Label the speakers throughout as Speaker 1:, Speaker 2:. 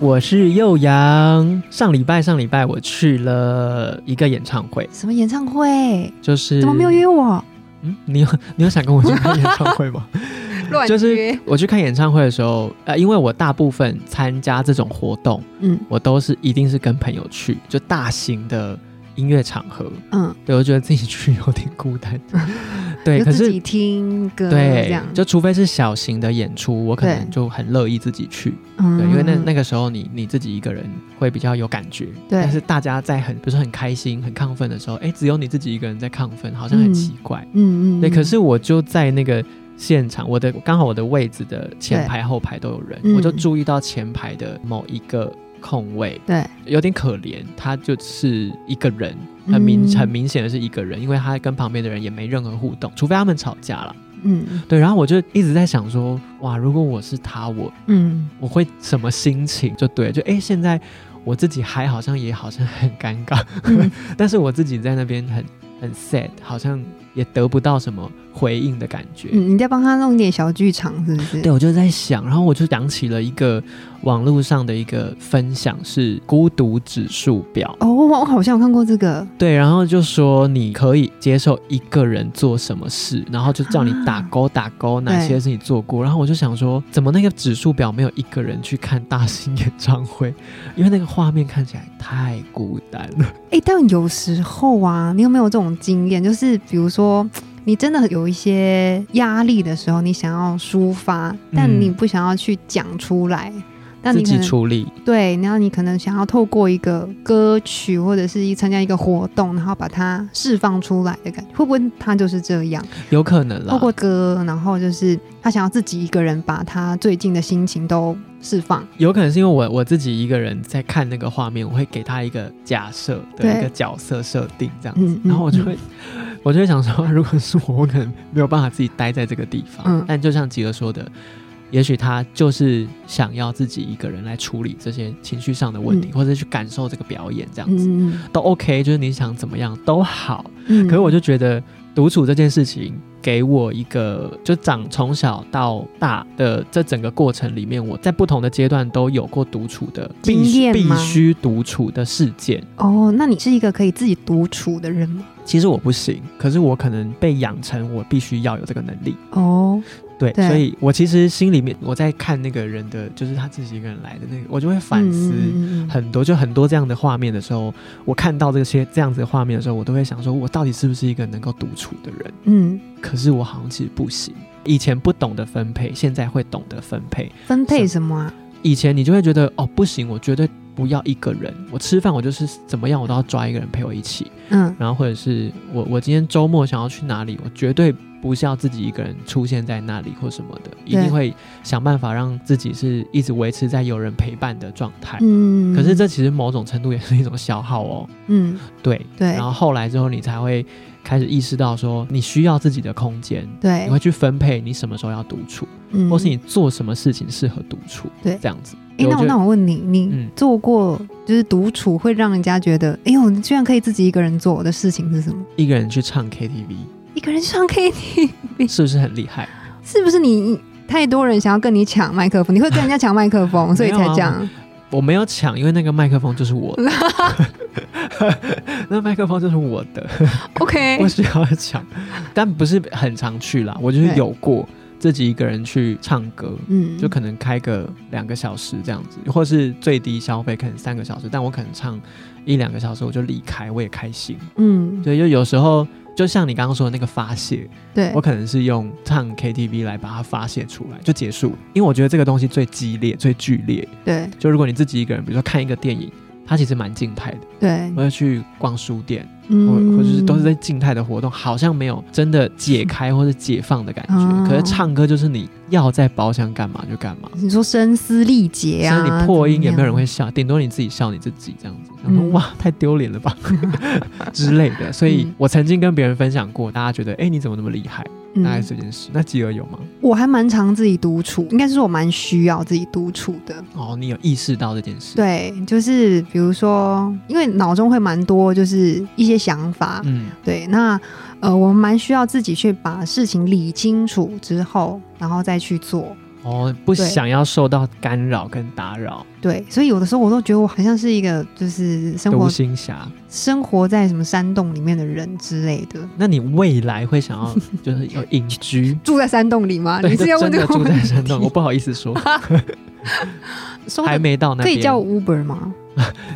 Speaker 1: 我是幼阳，上礼拜上礼拜我去了一个演唱会，
Speaker 2: 什么演唱会？
Speaker 1: 就是
Speaker 2: 怎么没有约我？
Speaker 1: 嗯，你有你有想跟我去看演唱 会吗？
Speaker 2: 乱
Speaker 1: 就是我去看演唱会的时候，呃，因为我大部分参加这种活动，
Speaker 2: 嗯
Speaker 1: 我都是一定是跟朋友去，就大型的音乐场合。
Speaker 2: 嗯，
Speaker 1: 对，我觉得自己去有点 孤单。对，
Speaker 2: 就
Speaker 1: 可
Speaker 2: 自
Speaker 1: 是
Speaker 2: 己听歌呃这
Speaker 1: 对
Speaker 2: 样，，
Speaker 1: 就除非是小型的演出，我可
Speaker 2: 对
Speaker 1: 能就很乐意自己去。
Speaker 2: 嗯
Speaker 1: 对，因为那那个时候你你自己一个人会比较有感觉。
Speaker 2: 对
Speaker 1: 但是大家在很比如说很开心、很亢奋的时候，哎，只有你自己一个人在亢奋，好像很
Speaker 2: 嗯
Speaker 1: 奇怪。
Speaker 2: 嗯嗯，
Speaker 1: 对，
Speaker 2: 嗯
Speaker 1: 可是我就在那个现场，我的刚好我的位置的前排、后排都有人，
Speaker 2: 嗯
Speaker 1: 我就注意到前排的某一个空位
Speaker 2: 对
Speaker 1: 有点可怜，他就是一个人，很明、
Speaker 2: 嗯
Speaker 1: 很明显的是一个人，因为他跟旁边的人也没任何互动，除非他们吵架了。
Speaker 2: 嗯
Speaker 1: 对，然后我就一直在想说，哇，如果我是他，我
Speaker 2: 嗯
Speaker 1: 我会什么心情？就对，就哎，诶现在我自己还好像也好像很尴尬，
Speaker 2: 嗯
Speaker 1: 但是我自己在那边很很 sad，好像也得不到什么回应的感觉。
Speaker 2: 嗯，你在帮他弄一点小剧场是不是？
Speaker 1: 对，我就在想，然后我就想起了一个网络上的一个分享，是孤独指数表。
Speaker 2: 哦，我我好像有看过这个，
Speaker 1: 对，然后就说你可以接受一个人做什么事，然后就叫你打勾打勾哪
Speaker 2: 啊对
Speaker 1: 些是你做过。然后我就想说，怎么那个指数表没有一个人去看大型演唱会？因为那个画面看起来太孤单了。
Speaker 2: 哎、但有时候啊，你有没有这种经验？就是比如说，你真的有一些压力的时候，你想要抒发，但你不想要去讲出来，但
Speaker 1: 嗯自
Speaker 2: 你可
Speaker 1: 己
Speaker 2: 能
Speaker 1: 处理，
Speaker 2: 对，然后你可能想要透过一个歌曲或者是一参加一个活动，然后把它释放出来的感觉，会不会他就是这样？
Speaker 1: 有可能啦
Speaker 2: 透。过歌，然后就是他想要自己一个人把他最近的心情都释放。
Speaker 1: 有可能是因为我我自己一个人在看那个画面，我会给他一个假设的一
Speaker 2: 对
Speaker 1: 个角色设定这样子，
Speaker 2: 嗯，嗯
Speaker 1: 然后我就会、我就会想说，如果是我，我可能没有办法自己待在这个地方。
Speaker 2: 嗯
Speaker 1: 但就像吉儿说的，也许他就是想要自己一个人来处理这些情绪上的问题，
Speaker 2: 嗯
Speaker 1: 或者去感受这个表演这样子、
Speaker 2: 嗯嗯
Speaker 1: 都 OK，就是你想怎么样都好。
Speaker 2: 嗯，
Speaker 1: 可是我就觉得独处这件事情给我一个，就长从小到大的这整个过程里面，我在不同的阶段都有过独处的必
Speaker 2: 经
Speaker 1: 须
Speaker 2: 验
Speaker 1: 必
Speaker 2: 吗
Speaker 1: 须独处的事件。
Speaker 2: 哦，那你是一个可以自己独处的人吗？
Speaker 1: 其实我不行，可是我可能被养成我必须要有这个能力。
Speaker 2: 哦，
Speaker 1: 对，
Speaker 2: 对
Speaker 1: 所以我其实心里面我在看那个人的，就是他自己一个人来的那个，我就会反思。
Speaker 2: 嗯嗯嗯嗯
Speaker 1: 很多就很多这样的画面的时候，我看到这些这样子的画面的时候，我都会想说，我到底是不是一个能够独处的人？
Speaker 2: 嗯，
Speaker 1: 可是我好像其实不行。以前不懂得分配，现在会懂得分配。
Speaker 2: 分配什么啊？
Speaker 1: 以前你就会觉得哦，不行，我绝对不要一个人。我吃饭我就是怎么样，我都要抓一个人陪我一起。
Speaker 2: 嗯
Speaker 1: 然后或者是我我今天周末想要去哪里，我绝对不是要自己一个人出现在那里或什么的，一定会想办法让自己是一直维持在有人陪伴的状态。
Speaker 2: 嗯，
Speaker 1: 可是这其实某种程度也是一种消耗哦。
Speaker 2: 嗯
Speaker 1: 对，
Speaker 2: 对
Speaker 1: 然后后来之后你才会开始意识到说你需要自己的空间，
Speaker 2: 对
Speaker 1: 你，会去分配你什么时候要独处，
Speaker 2: 嗯
Speaker 1: 或是你做什么事情适合独处，
Speaker 2: 对
Speaker 1: 这样子。
Speaker 2: 哎，那
Speaker 1: 我觉
Speaker 2: 我
Speaker 1: 得
Speaker 2: 那我问你，你
Speaker 1: 嗯
Speaker 2: 做过就是独处会让人家觉得，哎呦，你居然可以自己一个人做的事情是什么？
Speaker 1: 一个人去唱 KTV
Speaker 2: 一个人唱 K，嗯
Speaker 1: 是不是很厉害？
Speaker 2: 是不是你太多人想要跟你抢麦克风，你会跟人家抢麦克
Speaker 1: 啊
Speaker 2: 风，所以才这样？
Speaker 1: 我没有抢，因为那个麦克风就是我的，
Speaker 2: 嗯
Speaker 1: 那麦克风就是我的，
Speaker 2: OK，
Speaker 1: 不需要抢。但不是很常去啦，我就是
Speaker 2: 对
Speaker 1: 有过自己一个人去唱歌，
Speaker 2: 嗯，
Speaker 1: 就可能开个两个小时这样子，或是最低消费可能三个小时，但我可能唱一两个小时我就离开，我也开心。
Speaker 2: 嗯，
Speaker 1: 对，就有时候就像你刚刚说的那个发泄，
Speaker 2: 对
Speaker 1: 我可能是用唱 KTV 来把它发泄出来，就结束。因为我觉得这个东西最激烈、最剧烈。
Speaker 2: 对，
Speaker 1: 就如果你自己一个人，比如说看一个电影，它其实蛮静态的。
Speaker 2: 对，
Speaker 1: 我要去逛书店，或
Speaker 2: 嗯，
Speaker 1: 或者是都是在静态的活动，好像没有真的 解开或者解放的感
Speaker 2: 哦
Speaker 1: 觉。可是唱歌就是你要在包厢干嘛就干嘛，
Speaker 2: 你说声嘶力竭
Speaker 1: 所
Speaker 2: 啊，
Speaker 1: 以你破音也没有人
Speaker 2: 怎么样，
Speaker 1: 会笑，顶多你自己笑你自己这样子，然
Speaker 2: 嗯
Speaker 1: 后、哇太丢脸 了吧之类的。所以
Speaker 2: 嗯
Speaker 1: 我曾经跟别人分享过，大家觉得哎、你怎么那么厉害？
Speaker 2: 嗯
Speaker 1: 大概是这件事。那吉儿有吗？
Speaker 2: 我还蛮常自己独处，应该是说我蛮需要自己独处的。
Speaker 1: 哦，你有意识到这件事？，
Speaker 2: 对，啊就是比如说，因为脑中会蛮多，就是一些想法。
Speaker 1: 嗯
Speaker 2: 对，那呃，我蛮需要自己去把事情理清楚之后，然后再去做。
Speaker 1: 哦，不
Speaker 2: 对
Speaker 1: 想要受到干扰跟打扰，
Speaker 2: 对，所以有的时候我都觉得我好像是一个就是生
Speaker 1: 独
Speaker 2: 活
Speaker 1: 行侠。
Speaker 2: 生活在什么山洞里面的人之类的，
Speaker 1: 那你未来会 想要就是有隐居？
Speaker 2: 住在山洞里吗？啊
Speaker 1: 对，
Speaker 2: 你是要问
Speaker 1: 真
Speaker 2: 这
Speaker 1: 的
Speaker 2: 个
Speaker 1: 住
Speaker 2: 问
Speaker 1: 在
Speaker 2: 题？
Speaker 1: 山洞，我不好意思说，
Speaker 2: 收
Speaker 1: 还
Speaker 2: 的
Speaker 1: 没到那
Speaker 2: 可以
Speaker 1: 边，
Speaker 2: 叫 Uber 吗？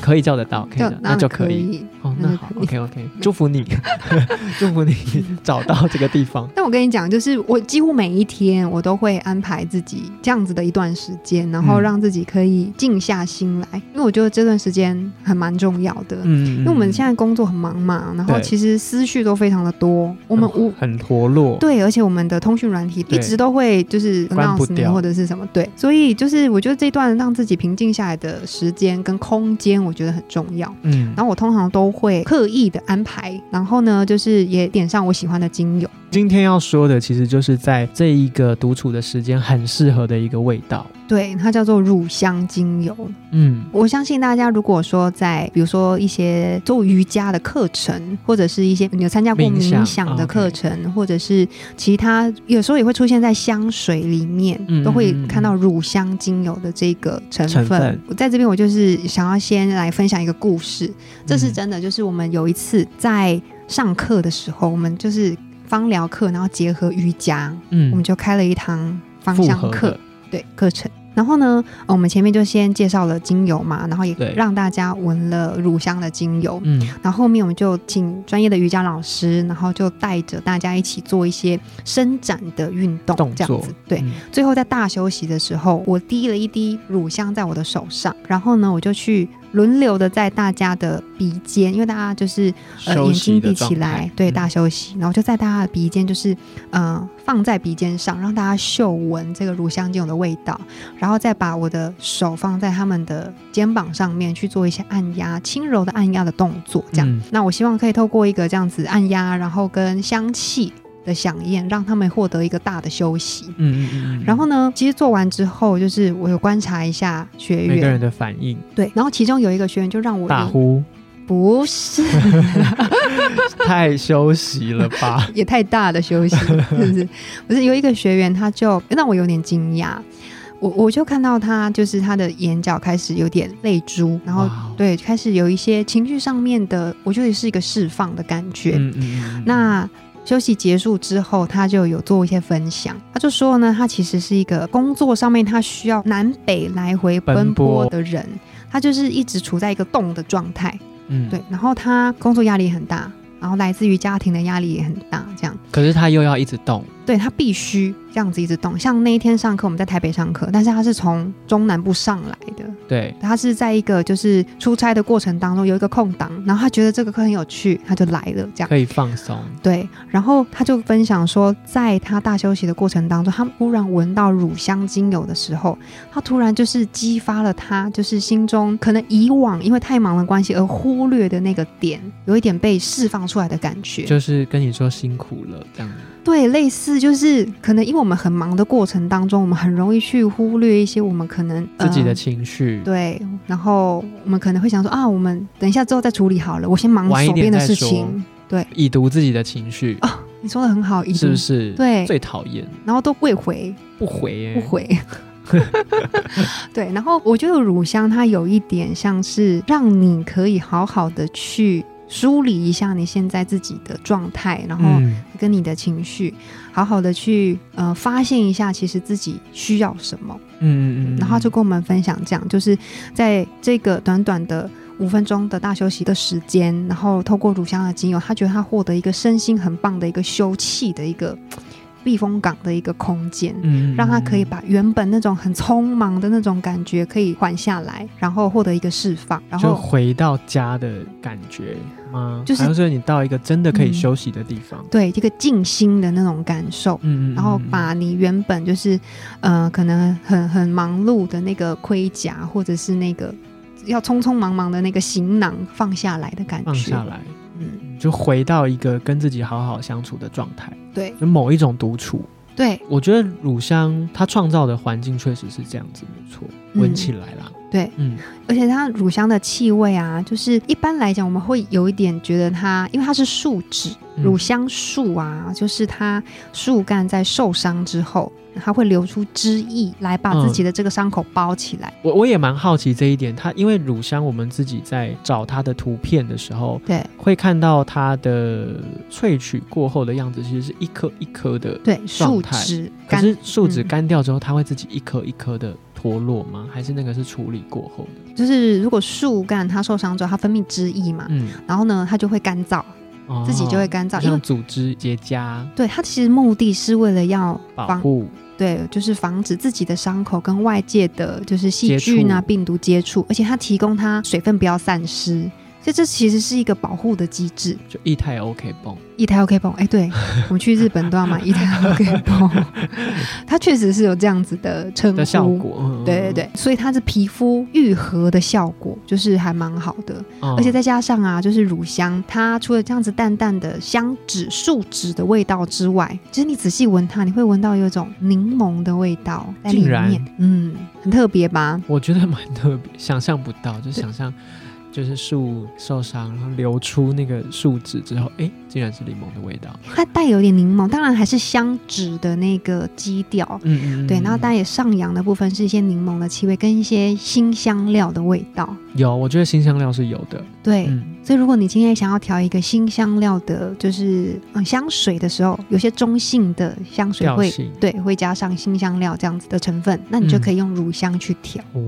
Speaker 1: 可以叫得到，可以
Speaker 2: 叫
Speaker 1: 叫，那就可以。
Speaker 2: 以。
Speaker 1: 哦，
Speaker 2: 那
Speaker 1: 那
Speaker 2: 就
Speaker 1: 好
Speaker 2: 可以
Speaker 1: ，OK OK，祝福你， 祝福你找到这个地方。
Speaker 2: 但我跟你讲，就是我几乎每一天我都会安排自己这样子的一段时间，然后
Speaker 1: 嗯
Speaker 2: 让自己可以静下心来，因为我觉得这段时间还蛮重要的。
Speaker 1: 嗯，
Speaker 2: 因为我们
Speaker 1: 嗯
Speaker 2: 现在工作很忙嘛，然后
Speaker 1: 对
Speaker 2: 其实思绪都非常的多，我们无、
Speaker 1: 嗯很活络，
Speaker 2: 对，而且我们的通讯软体一
Speaker 1: 对
Speaker 2: 直都会就是
Speaker 1: 关不
Speaker 2: announce 你
Speaker 1: 掉
Speaker 2: 或者是什么，对，所以就是我觉得这段让自己平静下来的时间跟空间，我觉得很重要。
Speaker 1: 嗯，
Speaker 2: 然后我通常都会刻意的安排，然后呢，就是也点上我喜欢的精油。
Speaker 1: 今天要说的其实就是在这一个独处的时间很适合的一个味道。
Speaker 2: 对，它叫做乳香精油。
Speaker 1: 嗯，
Speaker 2: 我相信大家如果说在，比如说一些做瑜伽的课程，或者是一些你有参加过
Speaker 1: 冥想
Speaker 2: 冥想的课程，或者是其他，有时候也会出现在香水里面，
Speaker 1: 嗯
Speaker 2: 都会看到乳香精油的这个成分。
Speaker 1: 成分
Speaker 2: 我在这边，我就是想要先来分享一个故事，这是
Speaker 1: 嗯
Speaker 2: 真的，就是我们有一次在上课的时候，我们就是芳疗课，然后结合瑜伽，
Speaker 1: 嗯
Speaker 2: 我们就开了一堂芳
Speaker 1: 复
Speaker 2: 香
Speaker 1: 合
Speaker 2: 课
Speaker 1: 的。
Speaker 2: 对课程。然后呢，呃我们前面就先介绍了精油嘛，然后也
Speaker 1: 对
Speaker 2: 让大家闻了乳香的精油。
Speaker 1: 嗯，
Speaker 2: 然后后面我们就请专业的瑜伽老师，然后就带着大家一起做一些伸展的运动，
Speaker 1: 动
Speaker 2: 这样
Speaker 1: 作
Speaker 2: 子。对，
Speaker 1: 嗯，
Speaker 2: 最后在大休息的时候，我滴了一滴乳香在我的手上，然后呢，我就去轮流的在大家的鼻尖，因为大家就是呃
Speaker 1: 休
Speaker 2: 眼
Speaker 1: 息
Speaker 2: 睛
Speaker 1: 的
Speaker 2: 闭
Speaker 1: 状
Speaker 2: 起
Speaker 1: 态
Speaker 2: 来，对，
Speaker 1: 嗯
Speaker 2: 大休息，然后就在大家的鼻尖，就是呃放在鼻尖上，让大家嗅闻这个乳香精油的味道，然后再把我的手放在他们的肩膀上面去做一些按压，轻柔的按压的动作，这样。
Speaker 1: 嗯
Speaker 2: 那我希望可以透过一个这样子按压，然后跟香气的响应，让他们获得一个大的休息。
Speaker 1: 嗯嗯嗯嗯，
Speaker 2: 然后呢，其实做完之后，就是我有观察一下学
Speaker 1: 每个
Speaker 2: 员，
Speaker 1: 人的反应，
Speaker 2: 对，然后其中有一个学员就让我
Speaker 1: 大
Speaker 2: 有
Speaker 1: 呼
Speaker 2: 不是
Speaker 1: 太休息了吧？
Speaker 2: 也太大的 休息，是不是？不是有一个学员他就让我有点惊讶，我我就看到他就是他的眼角开始有点泪珠， 然后
Speaker 1: 哇哦，
Speaker 2: 对开始有一些情绪上面的，我觉得是一个释放的感觉，
Speaker 1: 嗯嗯嗯嗯
Speaker 2: 那休息结束之后，他就有做一些分享，他就说呢，他其实是一个工作上面他需要南北来回奔
Speaker 1: 奔波
Speaker 2: 波的人，他就是一直处在一个动的状态，
Speaker 1: 嗯，
Speaker 2: 对，然后他工作压力很大，然后来自于家庭的压力也很大，这样。
Speaker 1: 可是他又要一直动，
Speaker 2: 对他必须这样子一直动，像那一天上课，我们在台北上课，但是他是从中南部上来的，
Speaker 1: 对，
Speaker 2: 他是在一个就是出差的过程当中有一个空档，然后他觉得这个课很有趣，他就来了，这样。
Speaker 1: 可以放松，
Speaker 2: 对，然后他就分享说，在他大休息的过程当中，他突然闻到乳香精油的时候，他突然就是激发了他，就是心中可能以往因为太忙的关系而忽略的那个点，有一点被释放出来的感觉。
Speaker 1: 就是跟你说辛苦了这样子。
Speaker 2: 对，类似就是可能因为我们很忙的过程当中，我们很容易去忽略一些我们可能
Speaker 1: 自己的
Speaker 2: 呃
Speaker 1: 情绪，
Speaker 2: 对，然后我们可能会想说啊，我们等一下之后再处理好了，我先忙
Speaker 1: 晚一
Speaker 2: 手
Speaker 1: 点
Speaker 2: 边的
Speaker 1: 再
Speaker 2: 事
Speaker 1: 说
Speaker 2: 情。
Speaker 1: 已读自己的情绪，
Speaker 2: 啊你说的很好，已
Speaker 1: 是
Speaker 2: 读
Speaker 1: 不是？
Speaker 2: 对
Speaker 1: 最讨厌
Speaker 2: 然后都未回，
Speaker 1: 不回耶，
Speaker 2: 不回。 对，然后我觉得乳香它有一点像是让你可以好好的去梳理一下你现在自己的状态，然后
Speaker 1: 嗯，
Speaker 2: 跟你的情绪，好好的去呃发现一下其实自己需要什么。
Speaker 1: 嗯嗯嗯，
Speaker 2: 然后他就跟我们分享这样，就是在这个短短的。五分钟的大休息的时间，然后透过乳香的精油，他觉得他获得一个身心很棒的一个休憩的一个避风港的一个空间。
Speaker 1: 嗯
Speaker 2: 让他可以把原本那种很匆忙的那种感觉可以缓下来，然后获得一个释放，然
Speaker 1: 就
Speaker 2: 后
Speaker 1: 回到家的感觉吗？
Speaker 2: 就是
Speaker 1: 好像是你到一个真的可以
Speaker 2: 嗯
Speaker 1: 休息的地方，
Speaker 2: 对这个静心的那种感受，
Speaker 1: 嗯嗯，
Speaker 2: 然后
Speaker 1: 嗯嗯
Speaker 2: 把你原本就是呃可能很很忙碌的那个盔甲，或者是那个要匆匆忙忙的那个行囊放下来的感觉，
Speaker 1: 放下，来，
Speaker 2: 嗯，
Speaker 1: 就回到一个跟自己好好相处的状态，
Speaker 2: 对
Speaker 1: 就某一种独处。
Speaker 2: 对
Speaker 1: 我觉得乳香它创造的环境确实是这样子，没错，
Speaker 2: 嗯
Speaker 1: 闻起来啦，
Speaker 2: 对，
Speaker 1: 嗯
Speaker 2: 而且它乳香的气味啊，就是一般来讲我们会有一点觉得它，因为它是树脂，
Speaker 1: 嗯
Speaker 2: 乳香树啊，就是它树干在受伤之后，它会流出汁液来把
Speaker 1: 嗯
Speaker 2: 自己的这个伤口包起来。
Speaker 1: 我我也蛮好奇这一点，它因为乳香，我们自己在找它的图片的时候，
Speaker 2: 对
Speaker 1: 会看到它的萃取过后的样子，其实是一颗一颗的。
Speaker 2: 对，树
Speaker 1: 状态
Speaker 2: 脂
Speaker 1: 可
Speaker 2: 干
Speaker 1: 是树脂
Speaker 2: 嗯
Speaker 1: 干掉之后，它会自己一颗一颗的脱落吗？还是那个是处理过后的？
Speaker 2: 就是如果树干它受伤之后，它分泌汁液嘛，
Speaker 1: 嗯，
Speaker 2: 然后呢它就会干燥，
Speaker 1: 哦
Speaker 2: 啊自己就会干燥，因为
Speaker 1: 像组织结痂、
Speaker 2: 对它其实目的是为了要
Speaker 1: 保
Speaker 2: 防
Speaker 1: 护，
Speaker 2: 对，就是防止自己的伤口跟外界的，就是细菌啊、
Speaker 1: 接触
Speaker 2: 病毒接触，而且它提供它水分不要散失，所以这其实是一个保护的机制。
Speaker 1: 就液态 OK 泵。
Speaker 2: 一台 OK 绷，哎， 对我们去日本都要买一台 OK 绷，它确实是有这样子的称呼
Speaker 1: 的效。果，嗯
Speaker 2: 对对，对，所以它是皮肤愈合的效果，就是还蛮好的。
Speaker 1: 嗯
Speaker 2: 而且再加上啊，就是乳香，它除了这样子淡淡的香脂、树脂的味道之外，其实你仔细闻它，你会闻到有一种柠檬的味道在里
Speaker 1: 竟然
Speaker 2: 面，嗯，很特别吧？
Speaker 1: 我觉得蛮特别，想象不到，就想象就是树受伤，然后流出那个树脂之后，哎，竟然是柠檬的味道。
Speaker 2: 它带有点柠檬，当然还是香脂的那个基调。
Speaker 1: 嗯
Speaker 2: 对，然后当然也上扬的部分是一些柠檬的气味跟一些新香料的味道。
Speaker 1: 有，我觉得新香料是有的。
Speaker 2: 对，
Speaker 1: 嗯，
Speaker 2: 所以如果你今天想要调一个新香料的，就是嗯香水的时候，有些中性的香水
Speaker 1: 调
Speaker 2: 会
Speaker 1: 性
Speaker 2: 对，会加上新香料这样子的成分，那你就
Speaker 1: 嗯
Speaker 2: 可以用乳香去调。
Speaker 1: 哦。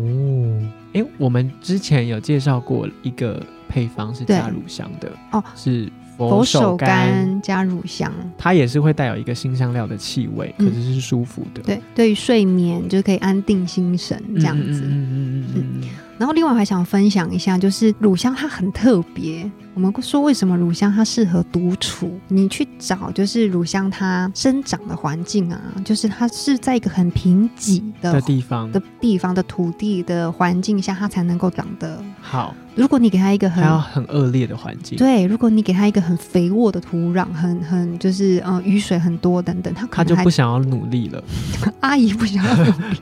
Speaker 1: 哎，我们之前有介绍过一个配方是加
Speaker 2: 对
Speaker 1: 乳香的
Speaker 2: 哦，
Speaker 1: 是
Speaker 2: 佛
Speaker 1: 嗯佛
Speaker 2: 手
Speaker 1: 手柑，
Speaker 2: 柑加乳香，
Speaker 1: 它也是会带有一个新香料的气味，可
Speaker 2: 嗯
Speaker 1: 是是舒服的。
Speaker 2: 对，对于睡眠就可以安定心神
Speaker 1: 嗯，
Speaker 2: 这样子。
Speaker 1: 嗯嗯嗯嗯嗯嗯
Speaker 2: 然后另外我还想分享一下，就是乳香它很特别。我们说为什么乳香它适合独处？你去找就是乳香它生长的环境啊，就是它是在一个很贫瘠
Speaker 1: 嗯
Speaker 2: 的
Speaker 1: 的地方
Speaker 2: 的地方的土地的环境下，它才能够长得。
Speaker 1: 好，
Speaker 2: 如果你给它一个
Speaker 1: 还
Speaker 2: 很
Speaker 1: 要很恶劣的环境，
Speaker 2: 对，如果你给它一个很肥沃的土壤，很很就是呃雨水很多等等，它可
Speaker 1: 他
Speaker 2: 能
Speaker 1: 就
Speaker 2: 还
Speaker 1: 不想要努力了。
Speaker 2: 阿姨不想要努力，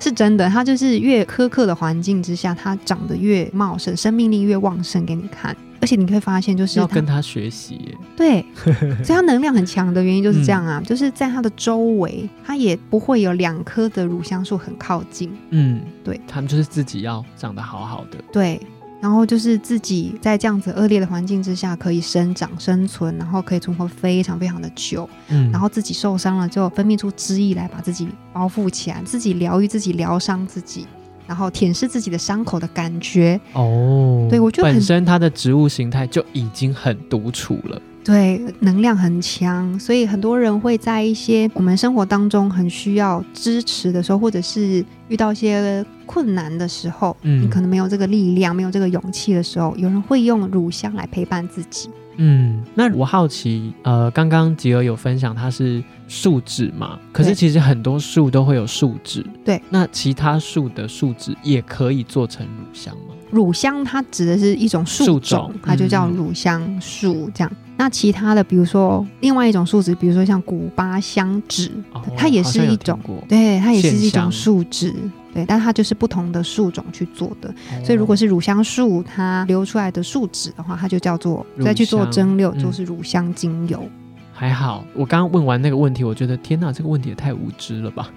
Speaker 2: 是真的。它就是越苛刻的环境之下，它长得越茂盛，生命力越旺盛给你看。而且你会发现，就是
Speaker 1: 要
Speaker 2: 它
Speaker 1: 跟他学习耶，
Speaker 2: 对， 所以它能量很强的原因就是这样啊，就是在它的周围，它也不会有两棵的乳香树很靠近。
Speaker 1: 嗯，
Speaker 2: 对，
Speaker 1: 他们就是自己要长得好好的，
Speaker 2: 对，然后就是自己在这样子恶劣的环境之下可以生长生存，然后可以存活非常非常的久，
Speaker 1: 嗯
Speaker 2: 然后自己受伤了就分泌出汁液来把自己包覆起来，自己疗愈自己，疗伤自己。然后舔舐自己的伤口的感觉，
Speaker 1: 哦，
Speaker 2: 对我觉得很
Speaker 1: 本身它的植物形态就已经很独处了，
Speaker 2: 对，能量很强，所以很多人会在一些我们生活当中很需要支持的时候，或者是遇到一些困难的时候，
Speaker 1: 嗯
Speaker 2: 你可能没有这个力量，没有这个勇气的时候，有人会用乳香来陪伴自己。
Speaker 1: 嗯，那我好奇，呃，刚刚吉儿有分享它是树脂嘛，可是
Speaker 2: 对
Speaker 1: 其实很多树都会有树脂，
Speaker 2: 对，
Speaker 1: 那其他树的树脂也可以做成乳香吗？
Speaker 2: 乳香它指的是一种树
Speaker 1: 树种嗯
Speaker 2: 它就叫乳香树这样。那其他的，比如说另外一种树脂，比如说像古巴香脂，
Speaker 1: 哦
Speaker 2: 它也
Speaker 1: 好
Speaker 2: 是
Speaker 1: 像有
Speaker 2: 一
Speaker 1: 听
Speaker 2: 种，
Speaker 1: 过
Speaker 2: 对，它也是一
Speaker 1: 线
Speaker 2: 种
Speaker 1: 香
Speaker 2: 树脂，对，但它就是不同的树种去做的。所以如果
Speaker 1: 哦
Speaker 2: 是乳香树，它流出来的树脂的话，它就叫做
Speaker 1: 乳
Speaker 2: 再去做
Speaker 1: 香
Speaker 2: 蒸馏，
Speaker 1: 嗯
Speaker 2: 就是乳香精油。
Speaker 1: 还好，我刚刚问完那个问题，我觉得天哪，这个问题也太无知了吧？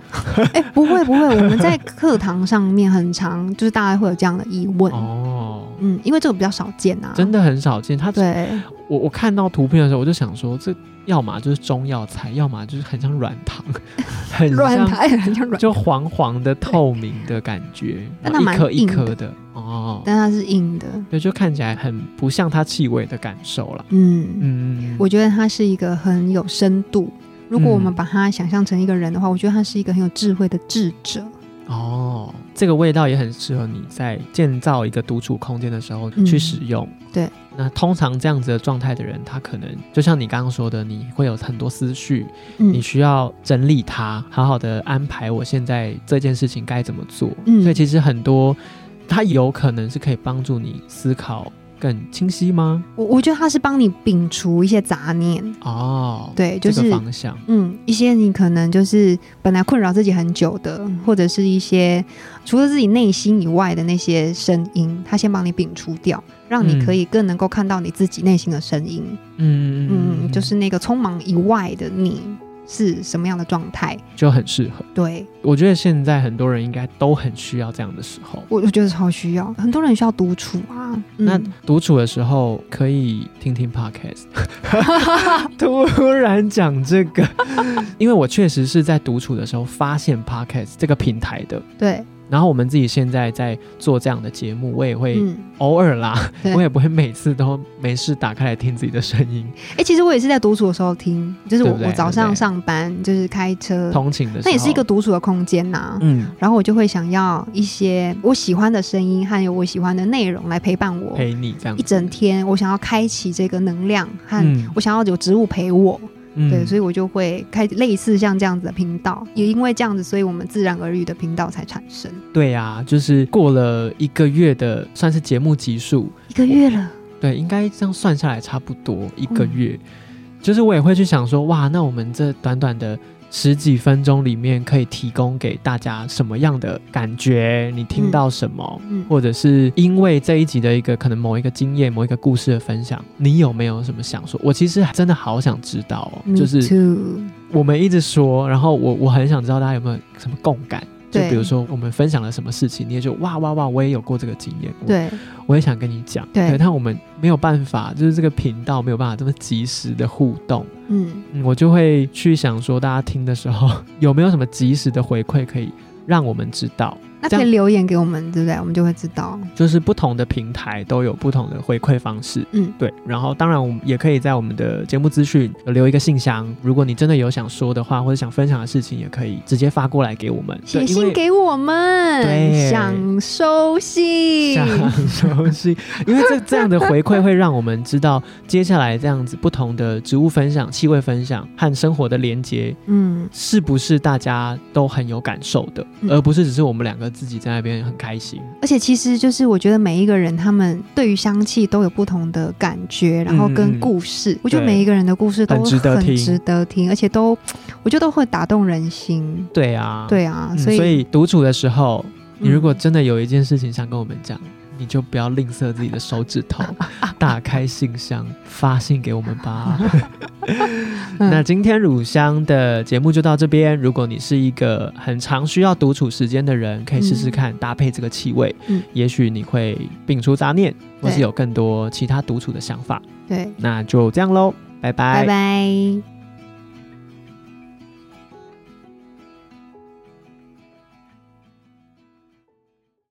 Speaker 2: 哎、不会不会，我们在课堂上面很常就是大家会有这样的疑问，
Speaker 1: 哦，
Speaker 2: 嗯，因为这个比较少见啊，
Speaker 1: 真的很少见，它
Speaker 2: 对。
Speaker 1: 我我看到图片的时候，我就想说，这要么就是中药材，要么就是很像软糖， 很
Speaker 2: 软
Speaker 1: 像
Speaker 2: 台很像软，
Speaker 1: 就黄黄的、透明的感 觉，
Speaker 2: 但
Speaker 1: 然
Speaker 2: 它
Speaker 1: 后
Speaker 2: 蛮
Speaker 1: 一颗一
Speaker 2: 硬的
Speaker 1: 颗的哦，
Speaker 2: 但它是硬的。
Speaker 1: 对，就看起来很不像它气味的感受啦。
Speaker 2: 嗯，
Speaker 1: 嗯，
Speaker 2: 我觉得它是一个很有深度，如果我们把它想象成一个人的话，我觉得他是一个很有智慧的智者。
Speaker 1: 哦，这个味道也很适合你在建造一个独处空间的时候
Speaker 2: 嗯
Speaker 1: 去使用。
Speaker 2: 对，
Speaker 1: 那通常这样子的状态的人，他可能就像你刚刚说的，你会有很多思绪，你
Speaker 2: 嗯
Speaker 1: 需要整理它，好好的安排我现在这件事情该怎么做。
Speaker 2: 嗯
Speaker 1: 所以其实很多，它有可能是可以帮助你思考更清晰吗？
Speaker 2: 我我觉得他是帮你摒除一些杂念，
Speaker 1: 哦，，
Speaker 2: 对，就是、
Speaker 1: 这个方向。
Speaker 2: 嗯，一些你可能就是本来困扰自己很久的，或者是一些除了自己内心以外的那些声音，他先帮你摒除掉，让你
Speaker 1: 嗯
Speaker 2: 可以更能够看到你自己内心的声音。
Speaker 1: 嗯
Speaker 2: 嗯，就是那个匆忙以外的你是什么样的状态？
Speaker 1: 就很适合。
Speaker 2: 对
Speaker 1: 我觉得现在很多人应该都很需要这样的时候。
Speaker 2: 我，我觉得超需要，很多人需要独处啊。嗯、
Speaker 1: 那独处的时候可以听听 podcast。突然讲这个，因为我确实是在独处的时候发现 podcast 这个平台的。
Speaker 2: 对，
Speaker 1: 然后我们自己现在在做这样的节目，我也会
Speaker 2: 嗯，
Speaker 1: 偶尔啦，
Speaker 2: 对
Speaker 1: 我也不会每次都没事打开来听自己的声音。
Speaker 2: 哎、其实我也是在独处的时候听，就是我
Speaker 1: 对不对
Speaker 2: 我早
Speaker 1: 对
Speaker 2: 上
Speaker 1: 不对
Speaker 2: 上班就是开车，
Speaker 1: 通勤的时候，
Speaker 2: 嗯那也是一个独处的空间呐、
Speaker 1: 嗯
Speaker 2: 然后我就会想要一些我喜欢的声音，还有我喜欢的内容来陪伴我
Speaker 1: 陪你这样
Speaker 2: 一整天。我想要开启这个能量，和
Speaker 1: 嗯
Speaker 2: 我想要有植物陪我，
Speaker 1: 嗯
Speaker 2: 对，所
Speaker 1: 以
Speaker 2: 以我就会开类似像这样子的频道，也因为这样子，所以我们自然而愈的频道才产生。
Speaker 1: 对啊，就是过了一个月的算是节目集数，
Speaker 2: 一个月了，
Speaker 1: 对，应该这样算下来差不多一个
Speaker 2: 嗯
Speaker 1: 月。就是我也会去想说，哇，那我们这短短的十几分钟里面，可以提供给大家什么样的感觉？你听
Speaker 2: 嗯
Speaker 1: 到什么？
Speaker 2: 嗯，
Speaker 1: 或者是因为这一集的一个可能某一个经验、某一个故事的分享，你有没有什么想说？我其实真的好想知道哦，就
Speaker 2: Me
Speaker 1: 是
Speaker 2: too
Speaker 1: 我们一直说，然后我我很想知道大家有没有什么共感。就
Speaker 2: 对
Speaker 1: 比如说我们分享了什么事情，你也就哇哇哇，我也有过这个经验，我
Speaker 2: 对
Speaker 1: 我也想跟你讲，
Speaker 2: 对
Speaker 1: 但我们没有办法，就是这个频道没有办法这么及时的互动，
Speaker 2: 嗯
Speaker 1: 嗯，我就会去想说，大家听的时候 有没有什么及时的回馈可以让我们知道，
Speaker 2: 那
Speaker 1: 这
Speaker 2: 可
Speaker 1: 样
Speaker 2: 以留言给我们，对不对？我们就会知道。
Speaker 1: 就是不同的平台都有不同的回馈方式，
Speaker 2: 嗯，
Speaker 1: 对，然后当然我们也可以在我们的节目资讯留一个信箱，如果你真的有想说的话或者想分享的事情，也可以直接发过来给我们，对
Speaker 2: 写
Speaker 1: 因
Speaker 2: 信
Speaker 1: 为
Speaker 2: 给我们，
Speaker 1: 对啊
Speaker 2: 想收信。
Speaker 1: 想熟悉，因为这这样的回馈会让我们知道接下来这样子不同的植物分享、气味分享和生活的连接，
Speaker 2: 嗯，
Speaker 1: 是不是大家都很有感受的，
Speaker 2: 嗯
Speaker 1: 而不是只是我们两个自己在那边很开心。
Speaker 2: 而且其实就是我觉得每一个人他们对于香气都有不同的感觉，然后
Speaker 1: 嗯嗯
Speaker 2: 跟
Speaker 1: 嗯
Speaker 2: 故事，我觉得
Speaker 1: 对
Speaker 2: 每一个人的故事都
Speaker 1: 很值得听
Speaker 2: 值得听，而且都我觉得都会打动人心。
Speaker 1: 对啊，、
Speaker 2: 对啊，
Speaker 1: 嗯、
Speaker 2: 所
Speaker 1: 所
Speaker 2: 以
Speaker 1: 以独处的时候，你如果
Speaker 2: 嗯
Speaker 1: 真的有一件事情想跟我们讲。你就不要吝啬自己的手指 头，打开信箱发信给我们 吧。
Speaker 2: 嗯
Speaker 1: 那今天乳香的节目就到这边。如果你是一个很常需要独处时间的人，可以试试看搭配这个气味，
Speaker 2: 嗯
Speaker 1: 也许你会摒除杂念，或是
Speaker 2: 对
Speaker 1: 有更多其他独处的想法。
Speaker 2: 对，
Speaker 1: 那就这样喽，拜拜
Speaker 2: 拜拜